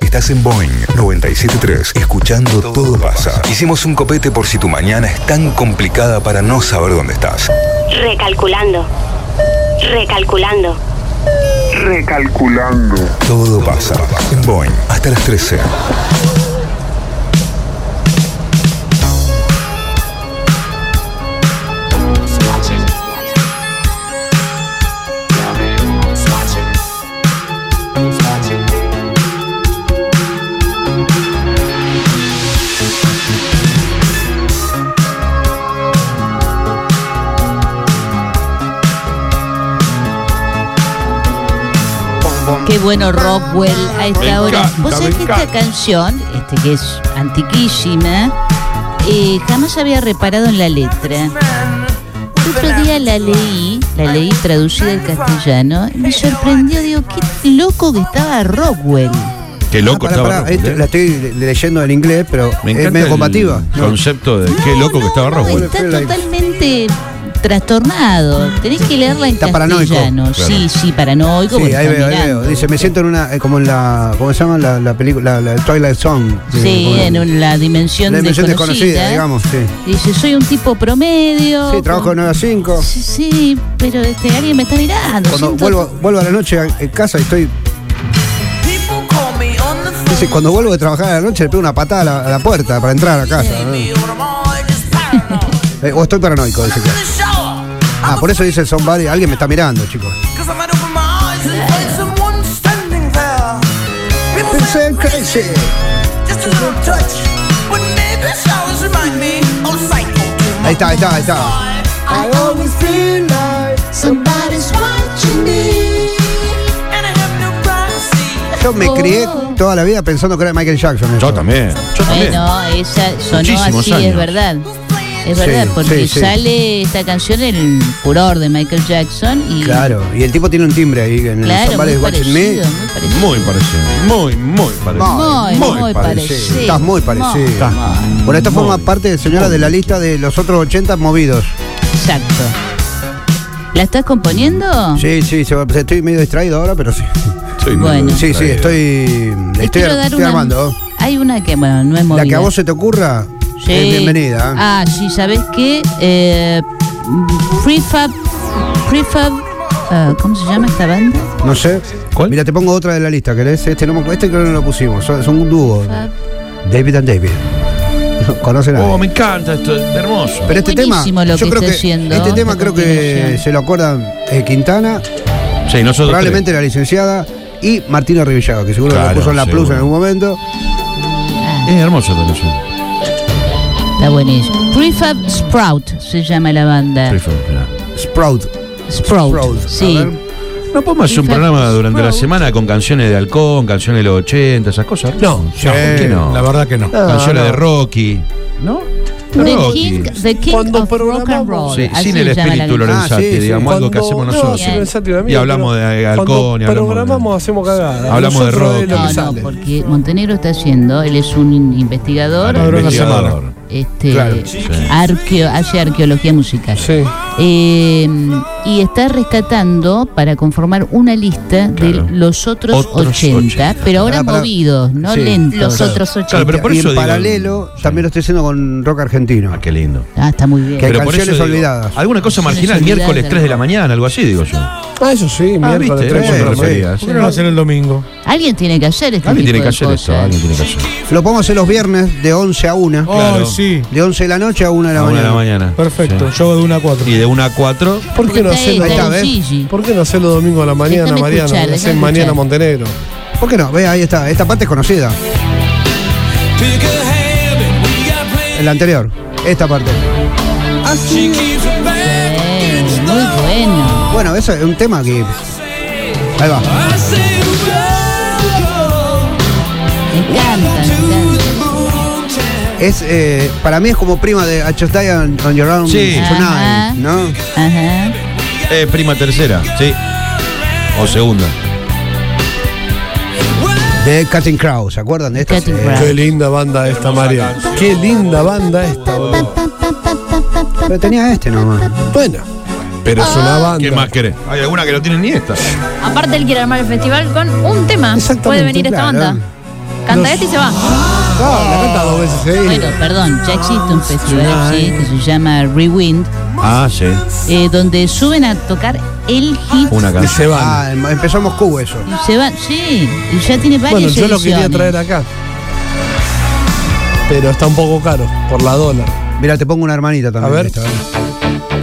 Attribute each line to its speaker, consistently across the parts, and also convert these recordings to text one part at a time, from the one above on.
Speaker 1: Estás en Boeing 973, escuchando Todo pasa. Hicimos un copete por si tu mañana es tan complicada para no saber dónde estás.
Speaker 2: Recalculando. Recalculando.
Speaker 3: Recalculando.
Speaker 1: Todo pasa en Boeing hasta las 13.
Speaker 4: Qué bueno Rockwell a
Speaker 5: Me
Speaker 4: esta hora.
Speaker 5: encanta,
Speaker 4: Vos sabés
Speaker 5: me
Speaker 4: que esta
Speaker 5: encanta.
Speaker 4: canción, este, que es antiquísima, eh, jamás había reparado en la letra. El otro día la leí, la leí traducida al castellano, y me sorprendió, digo, qué loco que estaba Rockwell.
Speaker 5: Qué loco
Speaker 6: Ah, pará,
Speaker 5: estaba
Speaker 6: pará,
Speaker 5: Rockwell,
Speaker 6: esto-
Speaker 5: ¿eh?
Speaker 6: La estoy le- leyendo en inglés, pero
Speaker 5: Me
Speaker 6: es
Speaker 5: encanta
Speaker 6: medio
Speaker 5: el
Speaker 6: combativa. ¿no?
Speaker 5: concepto de qué
Speaker 4: No,
Speaker 5: loco que
Speaker 4: no,
Speaker 5: estaba
Speaker 4: no,
Speaker 5: Rockwell.
Speaker 4: Está totalmente trastornado. Tenés que leerla en
Speaker 6: Está paranoico.
Speaker 4: castellano.
Speaker 5: Claro.
Speaker 4: Sí, sí, paranoico.
Speaker 6: Sí,
Speaker 4: porque
Speaker 6: ahí
Speaker 4: está
Speaker 6: veo, ahí
Speaker 4: mirando.
Speaker 6: veo. Dice, me siento en una, eh, como en la, ¿cómo se llama? La, la película, la, la Twilight Zone.
Speaker 4: Sí,
Speaker 6: como-
Speaker 4: en un- la dimensión,
Speaker 6: la dimensión
Speaker 4: desconocida.
Speaker 6: desconocida,
Speaker 4: ¿eh?
Speaker 6: digamos, sí.
Speaker 4: Dice, soy un tipo promedio.
Speaker 6: Sí, trabajo de 9 a 5.
Speaker 4: Sí, sí, pero este, alguien me está mirando.
Speaker 6: Cuando
Speaker 4: siento-
Speaker 6: vuelvo, vuelvo a la noche a- en casa y estoy. Dice, cuando vuelvo de trabajar a la noche le pego una patada a la, a la puerta para entrar a casa. ¿no? Eh, o estoy paranoico, dice que. Ah, por eso dice son varios. Alguien me está mirando, chicos. Pensé en crazy. Ahí está, ahí está, ahí está. Yo me crié
Speaker 4: Oh.
Speaker 6: toda la vida pensando que era Michael Jackson. eso.
Speaker 5: Yo también. Yo también.
Speaker 4: Bueno, esa sonó
Speaker 5: Muchísimos
Speaker 4: así,
Speaker 5: años.
Speaker 4: es verdad. Es verdad,
Speaker 6: Sí,
Speaker 4: porque
Speaker 6: sí, sí.
Speaker 4: sale esta canción el furor de Michael Jackson y
Speaker 6: Claro, y el tipo tiene un timbre ahí en el
Speaker 4: claro, muy
Speaker 6: Somebody's Watching Me.
Speaker 4: parecido, muy parecido.
Speaker 5: Muy parecido. Muy, muy parecido.
Speaker 4: Muy, muy, parecido.
Speaker 6: Estás muy parecido.
Speaker 4: Muy,
Speaker 6: Estás-
Speaker 4: muy.
Speaker 6: Bueno, esto forma
Speaker 5: Muy.
Speaker 6: parte, señora, de la lista de los otros 80 movidos.
Speaker 4: Exacto. ¿La estás componiendo?
Speaker 6: Sí, sí, se- estoy medio distraído ahora, pero sí.
Speaker 5: Estoy muy
Speaker 4: Bueno.
Speaker 6: Sí, sí,
Speaker 5: distraído.
Speaker 6: estoy,
Speaker 4: Te
Speaker 6: estoy,
Speaker 4: quiero dar
Speaker 6: estoy
Speaker 4: una-
Speaker 6: armando.
Speaker 4: Hay una que, bueno, no es movida.
Speaker 6: La que a vos se te ocurra,
Speaker 4: Sí.
Speaker 6: es Eh, bienvenida.
Speaker 4: Ah, sí, ¿sabés qué? Eh, prefab. Prefab. eh, ¿Cómo se llama esta banda?
Speaker 6: No sé.
Speaker 5: ¿Cuál?
Speaker 6: Mira, te pongo otra de la lista, ¿querés? Este, no, me acu- este creo que no lo pusimos, son, son un dúo.
Speaker 4: Fab.
Speaker 6: David and David. No conocen a
Speaker 5: Oh, me encanta esto, es hermoso.
Speaker 6: Pero este tema,
Speaker 4: Buenísimo lo
Speaker 6: yo
Speaker 4: que
Speaker 6: creo
Speaker 4: está
Speaker 6: que
Speaker 4: haciendo,
Speaker 6: este tema
Speaker 4: esta
Speaker 6: creo que
Speaker 4: continuación.
Speaker 6: se lo acuerdan eh, Quintana,
Speaker 5: Sí, nosotros.
Speaker 6: probablemente la licenciada y Martina Rivillaga, que seguro
Speaker 5: Claro,
Speaker 6: lo puso en la
Speaker 5: seguro.
Speaker 6: plus en algún momento.
Speaker 4: Ah,
Speaker 5: tres. Es hermoso la canción.
Speaker 4: está buenísimo. Prefab Sprout se llama la banda.
Speaker 5: Sí, fue, mirá.
Speaker 6: Sprout.
Speaker 4: Sprout.
Speaker 6: Sprout,
Speaker 4: Sí.
Speaker 6: a ver.
Speaker 5: No podemos hacer un
Speaker 4: Fíjate,
Speaker 5: programa durante la
Speaker 4: Sprout.
Speaker 5: semana con canciones de Halcón, canciones de los 80, esas cosas.
Speaker 7: No, ya,
Speaker 5: ¿por qué no?
Speaker 7: la verdad que no.
Speaker 5: canciones
Speaker 6: no.
Speaker 5: de Rocky. ¿No?
Speaker 4: The
Speaker 5: Rocky.
Speaker 4: King, the king
Speaker 7: Cuando
Speaker 4: of Rock and Roll.
Speaker 5: Sí,
Speaker 4: Así
Speaker 5: sin
Speaker 4: se
Speaker 5: el
Speaker 4: llama la canción.
Speaker 5: espíritu Lorenzati,
Speaker 6: Ah, sí, sí.
Speaker 5: digamos, algo que
Speaker 7: Cuando-
Speaker 5: hacemos
Speaker 7: no,
Speaker 5: nosotros.
Speaker 4: sin Lorenzati
Speaker 7: también,
Speaker 5: y hablamos
Speaker 7: pero-
Speaker 5: de
Speaker 7: Cuando
Speaker 5: Halcón y hablamos
Speaker 7: programamos
Speaker 5: de-
Speaker 7: hacemos cagadas.
Speaker 5: Hablamos de
Speaker 7: Ah, Nosotros
Speaker 5: rock. Ah,
Speaker 7: es lo que
Speaker 4: No, no,
Speaker 7: sale.
Speaker 4: porque Montenegro está haciendo, él es un in-
Speaker 5: Ah,
Speaker 4: investigador,
Speaker 7: Ahora una
Speaker 5: Investigador.
Speaker 7: semana.
Speaker 4: este,
Speaker 6: Claro.
Speaker 4: arqueo- hace arqueología musical.
Speaker 7: Sí.
Speaker 4: Eh, y está rescatando para conformar una lista
Speaker 5: Claro.
Speaker 4: de los otros,
Speaker 5: Otros
Speaker 4: 80,
Speaker 5: 80,
Speaker 4: pero ahora
Speaker 6: Pará, pará.
Speaker 4: movidos, no
Speaker 6: Sí.
Speaker 4: lentos.
Speaker 6: Los
Speaker 4: otros
Speaker 5: Claro, pero por
Speaker 6: y
Speaker 5: eso
Speaker 6: en
Speaker 5: digo-
Speaker 6: paralelo
Speaker 5: Sí.
Speaker 6: también lo estoy haciendo con rock argentino.
Speaker 5: Ah, qué lindo.
Speaker 4: Ah, está muy bien.
Speaker 6: Que- Hay
Speaker 5: por eso
Speaker 6: canciones
Speaker 5: digo,
Speaker 6: olvidadas.
Speaker 5: Alguna cosa
Speaker 4: Canciones
Speaker 5: marginal,
Speaker 4: olvidadas
Speaker 5: miércoles
Speaker 4: del
Speaker 5: 3 de la
Speaker 4: rock.
Speaker 5: mañana, algo así, digo yo.
Speaker 7: Ah, eso sí,
Speaker 5: Ah,
Speaker 7: miércoles
Speaker 5: viste,
Speaker 7: tres,
Speaker 5: era eso
Speaker 7: cuatro,
Speaker 5: lo que
Speaker 7: sí.
Speaker 5: quería, sí.
Speaker 7: ¿Por qué no lo hacen el domingo?
Speaker 4: Alguien tiene que hacer este
Speaker 5: Alguien
Speaker 4: tipo
Speaker 5: tiene que
Speaker 4: de
Speaker 5: hacer esto,
Speaker 4: cosas.
Speaker 5: alguien tiene que hacer.
Speaker 6: Lo podemos hacer los viernes de 11 a 1.
Speaker 5: Claro.
Speaker 7: Ay, sí.
Speaker 6: De 11 de la noche a 1 de la
Speaker 5: A una de
Speaker 6: mañana.
Speaker 5: la mañana.
Speaker 7: Perfecto,
Speaker 5: Sí.
Speaker 7: yo hago de una a cuatro.
Speaker 5: Y de 1 a 4.
Speaker 7: ¿Por qué no
Speaker 4: Está ahí,
Speaker 7: hacerlo?
Speaker 4: está
Speaker 6: Ahí está,
Speaker 4: el Gigi.
Speaker 7: ¿Por qué no hacerlo domingo a la mañana,
Speaker 4: Déjame
Speaker 7: Mariano?
Speaker 4: escuchar,
Speaker 7: Lo hacen
Speaker 4: déjame
Speaker 7: mañana
Speaker 4: escuchar.
Speaker 7: Montenegro.
Speaker 6: ¿Por qué no? Ve, ahí está. Esta parte es conocida. La anterior. Esta parte.
Speaker 4: Eh, muy bueno.
Speaker 6: Bueno, eso es un tema que. Ahí va.
Speaker 4: Me encanta, me encanta.
Speaker 6: Es, eh, para mí es como prima de I Just Die on, on Your Own
Speaker 5: Sí.
Speaker 6: Tonight,
Speaker 4: Ajá.
Speaker 6: ¿no?
Speaker 4: Ajá.
Speaker 5: Eh, prima tercera, sí. O segunda.
Speaker 6: De Cutting Crow, ¿se acuerdan de esta?
Speaker 4: Cutting
Speaker 6: Eh,
Speaker 4: Crow.
Speaker 7: Qué linda banda esta, Mariano. Qué linda banda esta. boludo.
Speaker 6: Pero tenía este nomás.
Speaker 7: Bueno, pero es una banda.
Speaker 5: ¿Qué más querés? Hay alguna que no tiene ni esta.
Speaker 8: Aparte él quiere armar el festival con un tema.
Speaker 6: Exactamente,
Speaker 8: Puede venir esta
Speaker 6: claro.
Speaker 8: banda.
Speaker 3: Canta
Speaker 4: este
Speaker 3: esto y se va.
Speaker 6: Ah,
Speaker 7: No, la canta dos veces seguidas.
Speaker 4: Bueno, perdón, ya existe un festival sí, que se llama Rewind,
Speaker 5: Ah, sí.
Speaker 4: eh, donde suben a tocar el hit.
Speaker 5: Una
Speaker 7: Y
Speaker 5: canción.
Speaker 7: se van.
Speaker 6: Ah, em- empezó en Moscú eso.
Speaker 4: y se va, sí, y ya tiene varias
Speaker 7: Bueno, yo lo quería
Speaker 4: ediciones.
Speaker 7: traer acá. Pero está un poco caro, por la dólar.
Speaker 6: Mira, te pongo una hermanita también.
Speaker 7: ver.
Speaker 6: de esta,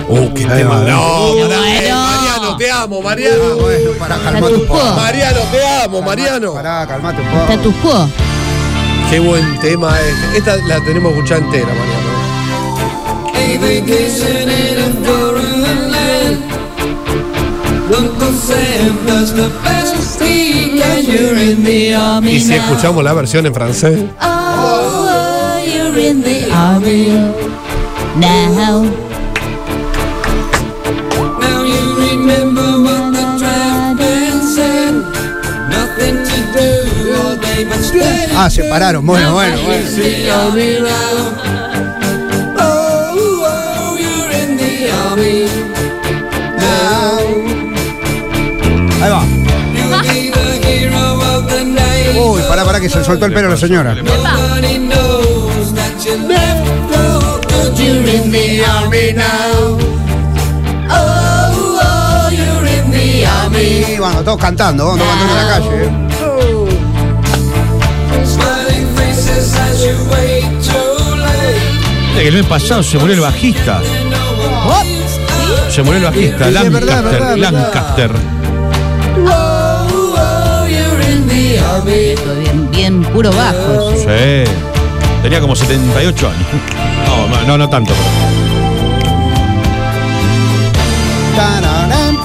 Speaker 7: Uh, qué
Speaker 6: tema.
Speaker 7: No,
Speaker 4: Bueno.
Speaker 7: grande. Eh, Mariano, te amo, Mariano.
Speaker 6: Ah, bueno, pará,
Speaker 4: Está
Speaker 6: calmate un
Speaker 4: tu
Speaker 6: poco.
Speaker 4: quo,
Speaker 7: Mariano, te amo, Mariano.
Speaker 6: Pará, calmate un poco.
Speaker 4: está tu quo.
Speaker 7: Qué buen tema este. Esta la tenemos escuchada entera, Mariano. Y si escuchamos la versión en francés.
Speaker 4: Oh, you're in the army now.
Speaker 6: Ah, se pararon. Bueno, bueno, bueno.
Speaker 7: Oh,
Speaker 6: Ahí va. Uy, pará, pará, que se soltó el pelo a la señora.
Speaker 7: Oh, Oh,
Speaker 6: Y bueno, todos cantando, todos cantando en la calle. ¿eh?
Speaker 5: Mira que el mes pasado se murió el bajista. Se murió el bajista,
Speaker 6: Sí, es
Speaker 5: Lancaster.
Speaker 6: verdad, verdad, verdad.
Speaker 5: Lancaster.
Speaker 4: Bien, bien puro bajo. ese.
Speaker 5: Sí. Tenía como 78 años. No, ma- no, no tanto. pero-
Speaker 6: Tararán.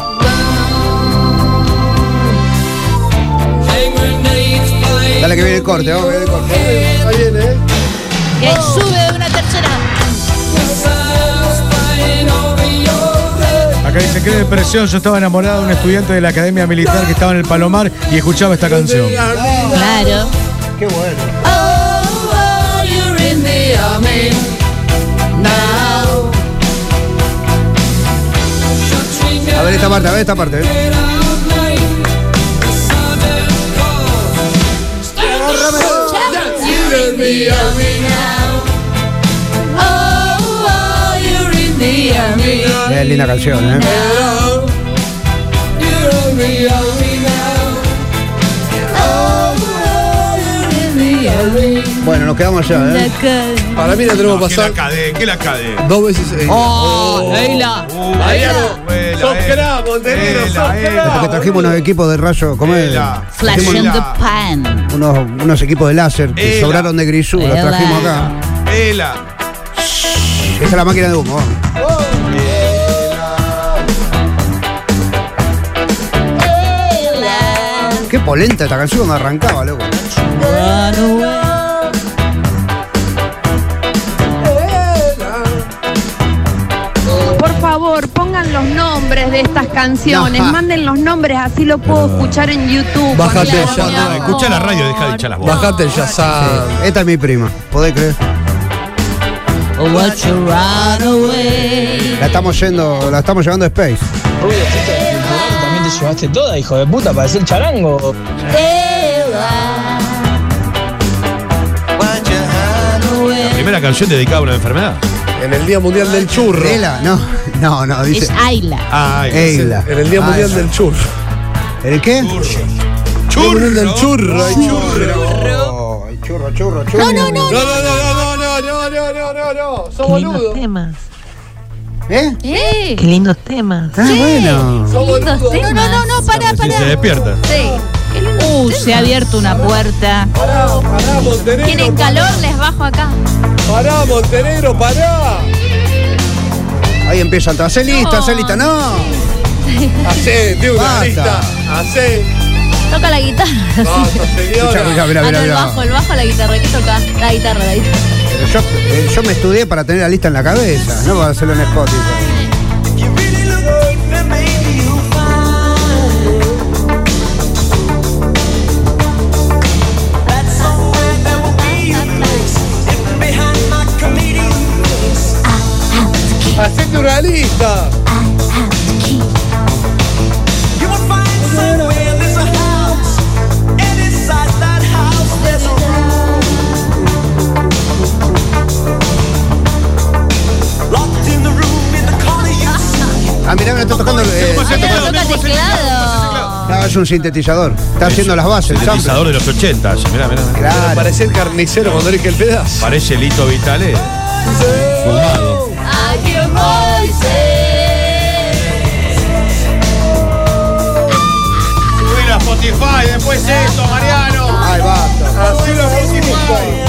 Speaker 6: Dale que viene el corte, vamos que viene el corte.
Speaker 7: Ahí viene, ¿eh?
Speaker 4: Que sube una tercera.
Speaker 8: Acá dice, qué depresión, yo estaba enamorado de un estudiante de la Academia Militar que estaba en el Palomar y escuchaba esta canción.
Speaker 4: Claro.
Speaker 6: Qué bueno. A ver esta parte, a ver esta parte. ¿eh? Es linda canción, ¿eh? Bueno, nos quedamos allá, ¿eh?
Speaker 7: Para mí la tenemos que pasar
Speaker 5: cade? ¿Qué la cade?
Speaker 7: dos veces seguidas.
Speaker 4: Oh, Leila.
Speaker 5: Uh,
Speaker 7: Mariano,
Speaker 5: Vela,
Speaker 7: sos
Speaker 5: vela,
Speaker 7: cra, Montenegro,
Speaker 5: vela,
Speaker 7: sos
Speaker 5: vela,
Speaker 7: cra.
Speaker 6: Porque trajimos unos equipos de rayo, ¿cómo es?
Speaker 5: Ela.
Speaker 4: Flash in the pan.
Speaker 6: Unos, unos equipos de láser que
Speaker 5: Ela.
Speaker 6: sobraron de grisú, los
Speaker 4: Ela.
Speaker 6: trajimos acá.
Speaker 5: Vela.
Speaker 6: Esa es la máquina de humo. vamos. Qué polenta esta canción, arrancaba, loco.
Speaker 3: Por favor, pongan los nombres de estas canciones.
Speaker 6: Ajá.
Speaker 3: Manden los nombres, así lo puedo escuchar en YouTube.
Speaker 7: Bájate
Speaker 3: Claro,
Speaker 7: ya,
Speaker 3: mi
Speaker 7: no,
Speaker 3: amor.
Speaker 5: Escucha la radio, deja de echar las bolas.
Speaker 7: Bajate el Yazam.
Speaker 6: Esta es mi prima, podés creer.
Speaker 4: Oh, what you run away.
Speaker 6: La estamos yendo, la estamos llevando a Space.
Speaker 9: También te llevaste toda, hijo de puta, para ser charango.
Speaker 5: La primera canción dedicada a una enfermedad.
Speaker 7: En el Día Mundial del Churro.
Speaker 6: ¿Ela? No, no, no,
Speaker 4: Es
Speaker 6: dice.
Speaker 4: Ayla.
Speaker 5: Ay,
Speaker 6: Eila.
Speaker 7: En el Día
Speaker 6: Ah,
Speaker 7: Mundial
Speaker 6: esa.
Speaker 7: del Churro.
Speaker 6: ¿El qué?
Speaker 7: Churro. del churro, hay churro.
Speaker 6: Oh, churro, churro, churro. No, no, no.
Speaker 7: No, no, no, no, no, no, no, no, no, no. Sos boludo.
Speaker 10: temas.
Speaker 6: ¿Eh?
Speaker 10: Qué lindos temas.
Speaker 6: Ah, bueno.
Speaker 7: Sos boludo.
Speaker 4: No, no, no, no, pará,
Speaker 5: Si se despierta.
Speaker 3: Sí.
Speaker 4: Uh, se ha abierto una puerta.
Speaker 7: Pará, pará, Montenegro.
Speaker 3: Tienen calor, les bajo acá.
Speaker 7: Pará, Montenegro, pará.
Speaker 6: Ahí empiezan todas. Hacé lista, hacé lista, no.
Speaker 7: Hacé, de una
Speaker 6: Basta.
Speaker 7: lista. Hacé.
Speaker 3: Toca la guitarra.
Speaker 7: Basta,
Speaker 6: Escuchá,
Speaker 7: señora.
Speaker 6: mirá, mirá,
Speaker 3: Ah,
Speaker 6: mirá,
Speaker 3: no, el
Speaker 6: mirá.
Speaker 3: bajo, el bajo, la guitarra. ¿Qué toca? La guitarra, la guitarra.
Speaker 6: Pero Yo, eh, yo me estudié para tener la lista en la cabeza, no para hacerlo en Spotify.
Speaker 7: Hacete una lista.
Speaker 6: Ah, está tocando. eh,
Speaker 8: ¿Cómo se
Speaker 4: Ay,
Speaker 8: teclado,
Speaker 4: toca
Speaker 8: mira cómo se
Speaker 4: teclado.
Speaker 6: no, es un sintetizador. Está haciendo las bases, el
Speaker 5: El
Speaker 6: sample.
Speaker 5: pisador de los 80. Mirá, mirá. mirá.
Speaker 6: Claro.
Speaker 7: Parecía el carnicero cuando elige el pedazo.
Speaker 5: Parece Lito Vitale. Fumado.
Speaker 4: Ay, qué voice.
Speaker 8: Subir a Spotify, después esto, Mariano.
Speaker 6: Ay, basta.
Speaker 8: Subilo a Spotify.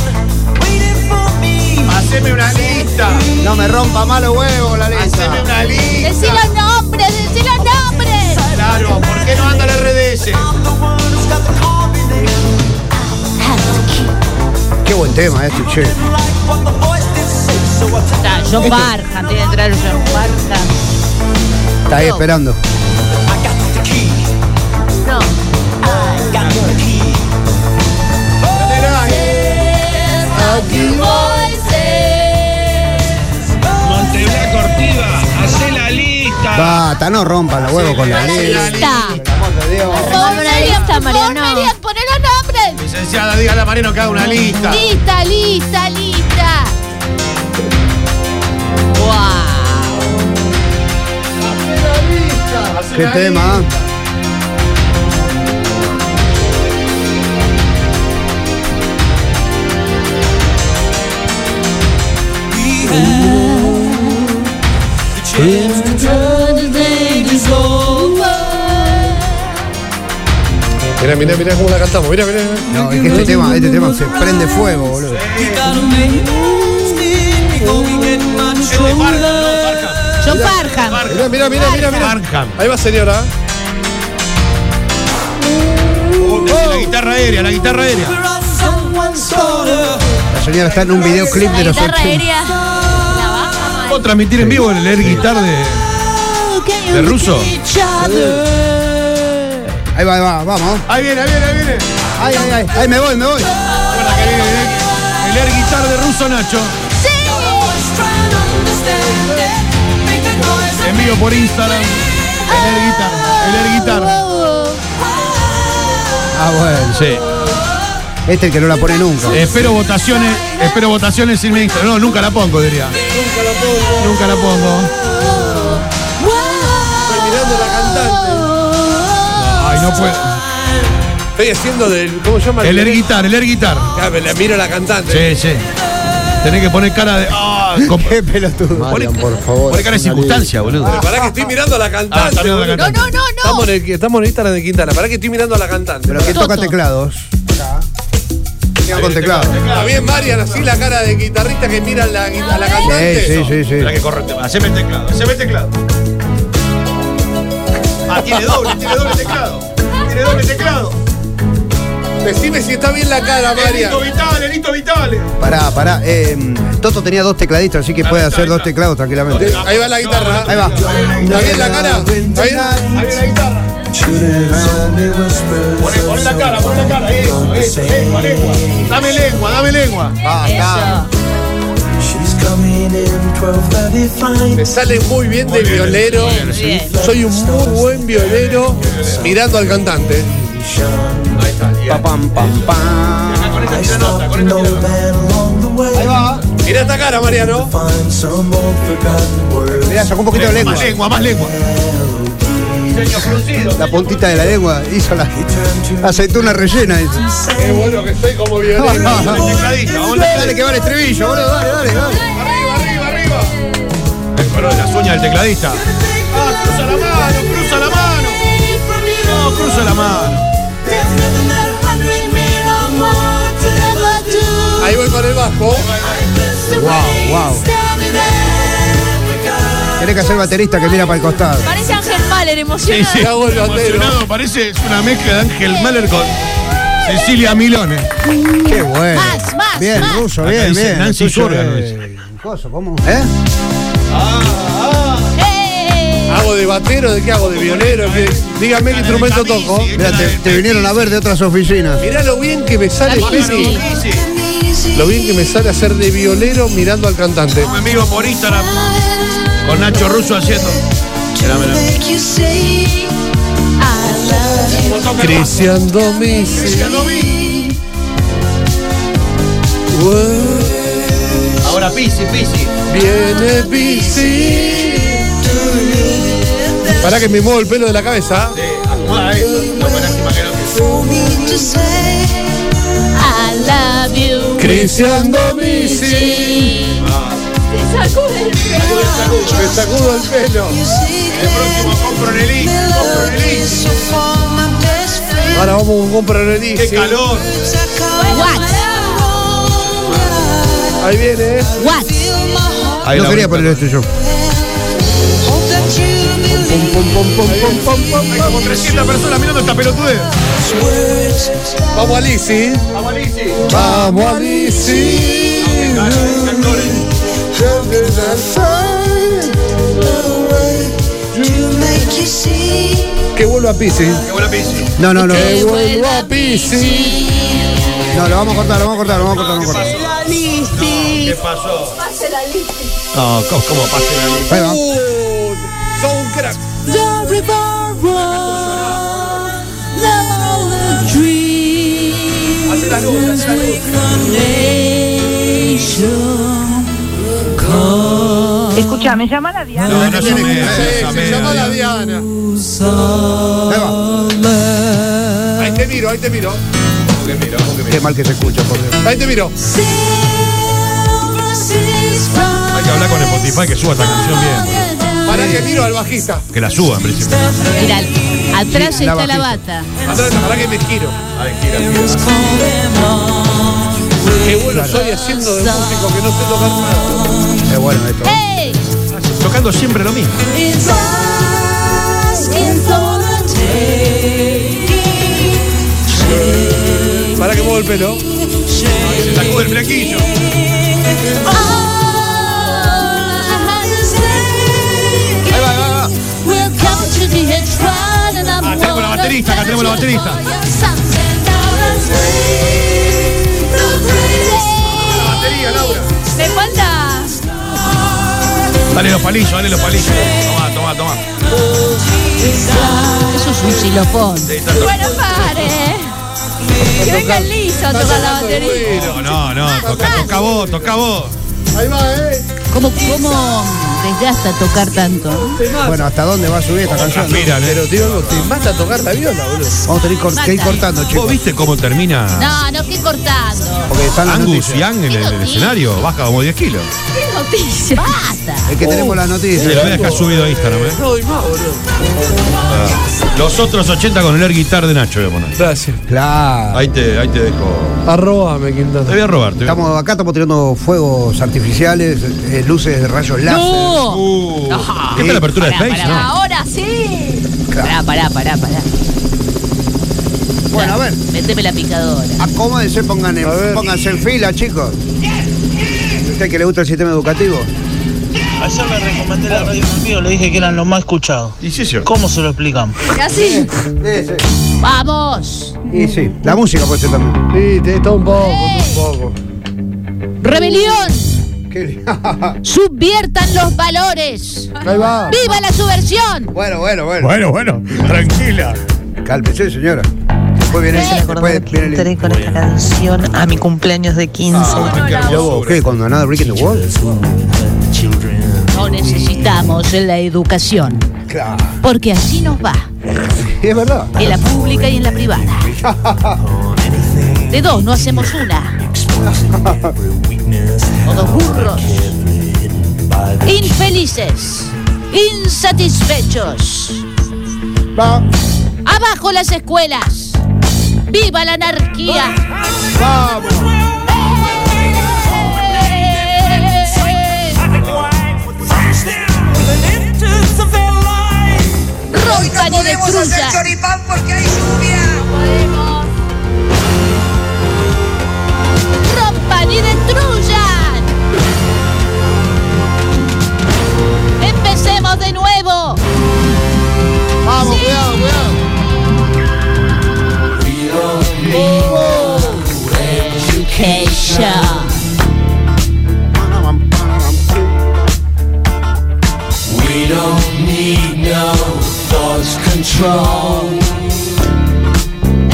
Speaker 8: Haceme una lista.
Speaker 6: No me rompa malo huevo la lista.
Speaker 8: Haceme una lista.
Speaker 4: Decí los nombres, decí los nombres.
Speaker 8: Claro, ¿por qué no anda el RDS?
Speaker 6: Qué buen tema este, che.
Speaker 4: Está, John Barja, tiene que entrar John Barja.
Speaker 6: Está ahí esperando.
Speaker 4: No.
Speaker 9: Monteblanco Ortiva, hace la lista.
Speaker 6: Basta, no rompa los huevos con la lista.
Speaker 4: Lista.
Speaker 6: Dios.
Speaker 4: Por
Speaker 3: Una lista, Mariano.
Speaker 4: poné los nombres.
Speaker 8: Licenciada, dígale a Mariano que haga una lista.
Speaker 4: Lista, lista, lista. Wow.
Speaker 6: Qué tema. ¿eh?
Speaker 7: Mirá, mirá, mirá cómo la cantamos. Mirá, mirá. mirá.
Speaker 6: No, es que este tema, este tema se prende fuego, boludo.
Speaker 4: John Barja.
Speaker 7: Mirá, mirá, mirá, mirá, mirá.
Speaker 5: Arkham.
Speaker 7: Ahí va, señora.
Speaker 5: La guitarra aérea, la guitarra aérea.
Speaker 6: La señora está en un videoclip de los 80.
Speaker 5: ¿Puedo transmitir en vivo el leer guitar de,
Speaker 4: Oh,
Speaker 5: de ruso?
Speaker 6: Ahí va, ahí va, vamos.
Speaker 8: Ahí viene, ahí viene, ahí viene.
Speaker 6: Ahí, ahí, ahí. Ahí me voy, me voy.
Speaker 8: Recuerda que viene
Speaker 5: ¿eh?
Speaker 8: el- el air guitar de Ruso Nacho. En vivo por Instagram. El air guitar. El air guitar.
Speaker 6: Ah, bueno.
Speaker 5: Sí.
Speaker 6: Este es el que no la pone nunca.
Speaker 5: Espero votaciones, espero votaciones sin mi Instagram. No, nunca la pongo, diría.
Speaker 8: Nunca la pongo.
Speaker 7: Estoy mirando la cantante.
Speaker 5: Ay, no puedo.
Speaker 7: Estoy haciendo del. ¿Cómo se llama?
Speaker 5: El air guitar, el air guitar.
Speaker 7: Ah, me la miro a la cantante.
Speaker 5: Sí, sí. Tenés que poner cara de. ah, con-
Speaker 6: Qué pelotudo.
Speaker 5: Marian,
Speaker 6: por favor.
Speaker 5: poner cara de circunstancia, boludo.
Speaker 7: Pero pará que estoy mirando a la
Speaker 5: Ah,
Speaker 7: cantante.
Speaker 5: está mirando la
Speaker 7: boludo.
Speaker 4: No,
Speaker 5: cantante.
Speaker 4: no, no, no.
Speaker 7: Estamos en, el, estamos en Instagram de Quintana. Pará que estoy mirando a la cantante.
Speaker 6: Pero que toca
Speaker 4: Toto.
Speaker 6: teclados. Queda con teclado.
Speaker 7: También Marian, así la cara de guitarrista que mira a la, a la
Speaker 6: Sí,
Speaker 7: cantante.
Speaker 6: sí, sí, sí.
Speaker 5: Espera que corre el tema. Haceme el teclado, haceme el teclado.
Speaker 8: Ah, tiene doble, tiene doble teclado. Tiene doble teclado.
Speaker 7: Decime si está bien la cara, Marian.
Speaker 8: Elito Vitale, Elito Vitale.
Speaker 6: Pará, pará. Eh, Toto tenía dos tecladitos, así que puede
Speaker 8: está,
Speaker 6: hacer
Speaker 8: ahí
Speaker 6: dos
Speaker 8: está.
Speaker 6: teclados tranquilamente.
Speaker 7: Ahí va la guitarra.
Speaker 6: Ahí va.
Speaker 7: ¿Está bien la cara? ¿Está bien?
Speaker 8: Ahí viene la guitarra. Poné, poné la cara, poné la cara. Eso, eso, lengua, lengua. Dame lengua, dame lengua.
Speaker 6: Ah,
Speaker 7: Me sale muy bien de violero. Soy un muy buen violero mirando al cantante.
Speaker 6: Pa, pam, pam, pam. Ahí va.
Speaker 7: Mirá esta cara, Mariano. Ah,
Speaker 6: Mirá, sacó un poquito de lengua.
Speaker 8: Más lengua, más lengua.
Speaker 6: La puntita de la lengua hizo la aceituna rellena. hizo.
Speaker 7: Qué bueno que estoy como violero.
Speaker 8: Tecladista, vamos a
Speaker 6: Dale que va el estribillo, boludo. Dale, dale, dale.
Speaker 5: El color de las uñas del
Speaker 8: Ah,
Speaker 5: tecladista.
Speaker 8: cruza la mano, cruza la mano. No, cruza la mano.
Speaker 7: Ahí voy con el bajo.
Speaker 6: Wow, wow. Tenés que ser baterista que mira para el costado.
Speaker 3: Parece Ángel Mahler
Speaker 5: Sí,
Speaker 3: emocionado.
Speaker 5: sí.
Speaker 7: Cago el batero.
Speaker 5: Emocionado, parece es una mezcla de Ángel Mahler con Cecilia Milone.
Speaker 6: Qué bueno.
Speaker 4: Más, más,
Speaker 6: Bien,
Speaker 4: más.
Speaker 6: ruso,
Speaker 5: Acá
Speaker 6: bien,
Speaker 5: dice
Speaker 6: bien.
Speaker 5: Nancy
Speaker 6: Ruso,
Speaker 5: Sórgano,
Speaker 6: eh, coso, ¿Cómo? Ah, ¿Eh?
Speaker 4: ¡Eh!
Speaker 7: ¿Hago de batero? ¿De qué hago? ¿De violero? ¿Qué- Dígame qué instrumento toco.
Speaker 6: Mira, te, te vinieron a ver de otras oficinas.
Speaker 7: Mirá lo bien que me sale,
Speaker 4: Está
Speaker 7: Pepe.
Speaker 4: difícil.
Speaker 7: Lo bien que me sale hacer de violero mirando al cantante.
Speaker 5: Mi amigo por Instagram. Con Nacho Russo haciendo. Mirá, mirá.
Speaker 7: Cristian Domis.
Speaker 5: Ahora Pisi, Pisi.
Speaker 7: Viene Pisi. Pará que me muevo el pelo de la cabeza.
Speaker 4: I love you.
Speaker 7: Cristian Domisi.
Speaker 3: Te sacude el pelo.
Speaker 7: Me sacudo el pelo.
Speaker 5: Compro en el I, compro en el I.
Speaker 7: Ahora vamos a comprar el disco.
Speaker 5: Qué calor.
Speaker 4: What?
Speaker 7: Ahí viene.
Speaker 4: What?
Speaker 5: Ahí
Speaker 6: ¿eh? no
Speaker 5: la
Speaker 6: quería
Speaker 5: vuelta.
Speaker 6: poner esto yo.
Speaker 7: Pum, pum, pum, pum, pum, pum, pum.
Speaker 5: Hay como 300 personas mirando esta pelotudez.
Speaker 7: Vamos a Lizzy.
Speaker 5: Vamos, Lizzy.
Speaker 7: Vamos a Lizzy. Que vuelva a Pisces.
Speaker 5: Qué buena Pisi.
Speaker 6: No, no, no.
Speaker 7: Que vuelva a Pisces.
Speaker 6: No, lo vamos a cortar, lo vamos a cortar, lo vamos a cortar, lo vamos a cortar.
Speaker 5: ¿Qué pasó? No, ¿cómo, cómo pase la lista?
Speaker 6: Ahí va.
Speaker 7: Uh, Son un crack. Hace la luz, hace la luz.
Speaker 10: Escucha, me llama la Diana.
Speaker 5: No, no
Speaker 7: Sí,
Speaker 5: llamé, no
Speaker 7: Se
Speaker 5: llamé,
Speaker 7: llama la
Speaker 5: Diana.
Speaker 7: Diana.
Speaker 6: Ahí va.
Speaker 7: Ahí te miro, ahí te miro.
Speaker 5: Porque mira, porque mira.
Speaker 6: Qué mal que se escucha, por Dios.
Speaker 7: Ahí te miro.
Speaker 5: Hay que hablar con Spotify que suba esta canción bien.
Speaker 7: Para que miro al bajista.
Speaker 5: Que la suba en principio.
Speaker 4: Mira, atrás
Speaker 6: Sí, la
Speaker 4: está la
Speaker 6: bajista.
Speaker 4: bata.
Speaker 7: Atrás, para que me giro.
Speaker 5: Ay, gira, gira.
Speaker 7: Qué bueno soy haciendo de músico que no sé tocar nada.
Speaker 6: Es bueno esto.
Speaker 4: ¡Ey!
Speaker 5: Tocando siempre lo mismo.
Speaker 7: Para que muevo el pelo.
Speaker 5: Se sacude el flequillo.
Speaker 7: Ahí va, ahí va, ahí
Speaker 5: Ah, tenemos la baterista, acá tenemos la baterista. La batería, Laura.
Speaker 3: Me falta.
Speaker 5: Dale los palillos, dale los palillos. Toma, toma, toma.
Speaker 4: Eso es un xilofón.
Speaker 3: Bueno, pare. Que venga el liso a tocar la batería.
Speaker 5: No, no, no. Toca, toca vos, toca vos.
Speaker 7: va. Ahí va, eh.
Speaker 4: ¿Cómo, cómo desgasta tocar tanto?
Speaker 6: Bueno, ¿hasta dónde va a subir esta canción? no?
Speaker 5: Transpiran, eh.
Speaker 7: Pero tío, no te mata tocar la viola, boludo.
Speaker 6: Vamos a tener cor- que ir cortando,
Speaker 5: ¿Vos
Speaker 6: chicos.
Speaker 5: viste cómo termina
Speaker 4: No, no, que cortando.
Speaker 6: Porque están las
Speaker 5: Angus
Speaker 6: noticias.
Speaker 5: Young en el, el escenario? Baja como 10 kilos.
Speaker 3: ¡Qué noticia!
Speaker 4: Basta.
Speaker 6: Es que tenemos las
Speaker 5: Te lo
Speaker 6: noticias.
Speaker 5: voy a dejar subido a Instagram, eh. Ah.
Speaker 7: No doy más, boludo.
Speaker 5: Los otros 80 con el air guitar de Nacho, voy a poner.
Speaker 7: Gracias.
Speaker 6: Claro.
Speaker 5: Ahí te, ahí te dejo.
Speaker 7: Arrobame,
Speaker 5: Te
Speaker 7: Quintana.
Speaker 5: voy a robar, te voy a-
Speaker 6: Estamos, acá estamos tirando fuegos artificiales, eh, luces de rayos láser.
Speaker 3: ¡No!
Speaker 5: Uh, ¿Qué tal la apertura de
Speaker 4: Pará,
Speaker 5: Space?
Speaker 4: pará.
Speaker 5: no?
Speaker 3: Ahora sí.
Speaker 4: Pará, pará, pará, pará.
Speaker 6: Bueno, a ver.
Speaker 4: Méteme la picadora.
Speaker 6: Acomódense, pongan en-
Speaker 7: A ver.
Speaker 6: pónganse en fila, chicos. ¿Usted que le gusta el sistema educativo?
Speaker 9: Ayer le recomendé la radio conmigo, le dije que eran los más escuchados.
Speaker 5: Y sí, sí.
Speaker 9: ¿Cómo se lo explican?
Speaker 3: Y así.
Speaker 4: ¡Vamos!
Speaker 6: Y sí, la música puede ser también.
Speaker 7: Sí, te está un poco, un poco.
Speaker 4: ¡Rebelión!
Speaker 6: Qué-
Speaker 4: ¡Subviertan los valores!
Speaker 7: Ahí va.
Speaker 4: ¡Viva la subversión!
Speaker 6: bueno, bueno, bueno.
Speaker 5: Bueno, bueno, tranquila.
Speaker 6: Cálmese, señora. Después viene,
Speaker 4: Sí.
Speaker 6: después
Speaker 10: Acordame que
Speaker 6: viene
Speaker 10: entré
Speaker 6: el...
Speaker 10: con esta canción a mi cumpleaños de 15.
Speaker 6: Lobo, ¿qué? ¿Cuando nada Breaking the Wall?
Speaker 4: No necesitamos la educación,
Speaker 6: Claro.
Speaker 4: porque así nos va,
Speaker 6: Es verdad.
Speaker 4: en la pública y en la privada. De dos no hacemos una. Todos burros. Infelices. Insatisfechos.
Speaker 7: Va,
Speaker 4: Abajo las escuelas. ¡Viva la anarquía!
Speaker 7: vamos.
Speaker 4: Rompan y destruyan. rompan y destruyan. Empecemos de nuevo.
Speaker 7: Vamos, cuidado, cuidado.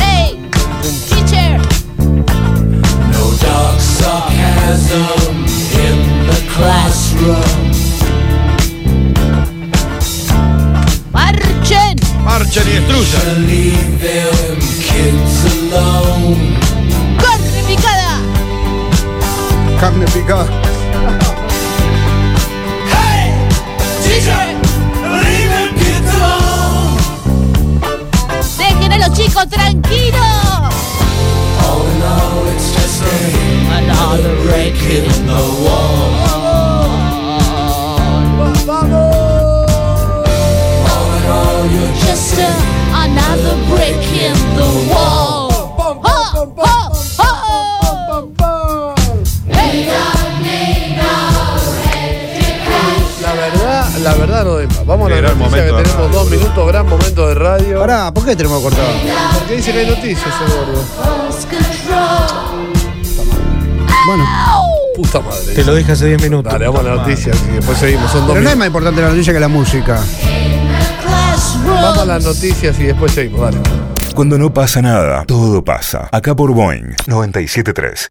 Speaker 4: Hey, teacher. No dark sarcasm in the classroom.
Speaker 11: tuya.
Speaker 4: ¡Carne picada!
Speaker 6: Carne picada.
Speaker 4: ¡Dejen a los chicos tranquilos! Oh, Oh, Just a- another break in the wall. Oh, oh, oh. Hey.
Speaker 5: La verdad, la verdad no de más. Vamos a
Speaker 11: Sí,
Speaker 5: la
Speaker 11: gran
Speaker 5: noticia que
Speaker 11: momento de
Speaker 5: tenemos
Speaker 11: radio.
Speaker 5: dos minutos, gran momento de radio.
Speaker 6: Pará, ¿por qué tenemos cortado?
Speaker 5: Porque dice que hay noticias, ese gordo.
Speaker 6: Bueno,
Speaker 5: Puta madre.
Speaker 12: Te lo dije hace 10 minutos.
Speaker 5: Dale, vamos a la noticia y después seguimos. Son dos
Speaker 6: pero no es
Speaker 5: minutos.
Speaker 6: más importante la noticia que la música.
Speaker 5: Vamos a las noticias y después seguimos. Dale.
Speaker 1: Cuando no pasa nada, todo pasa. Acá por Boeing 973.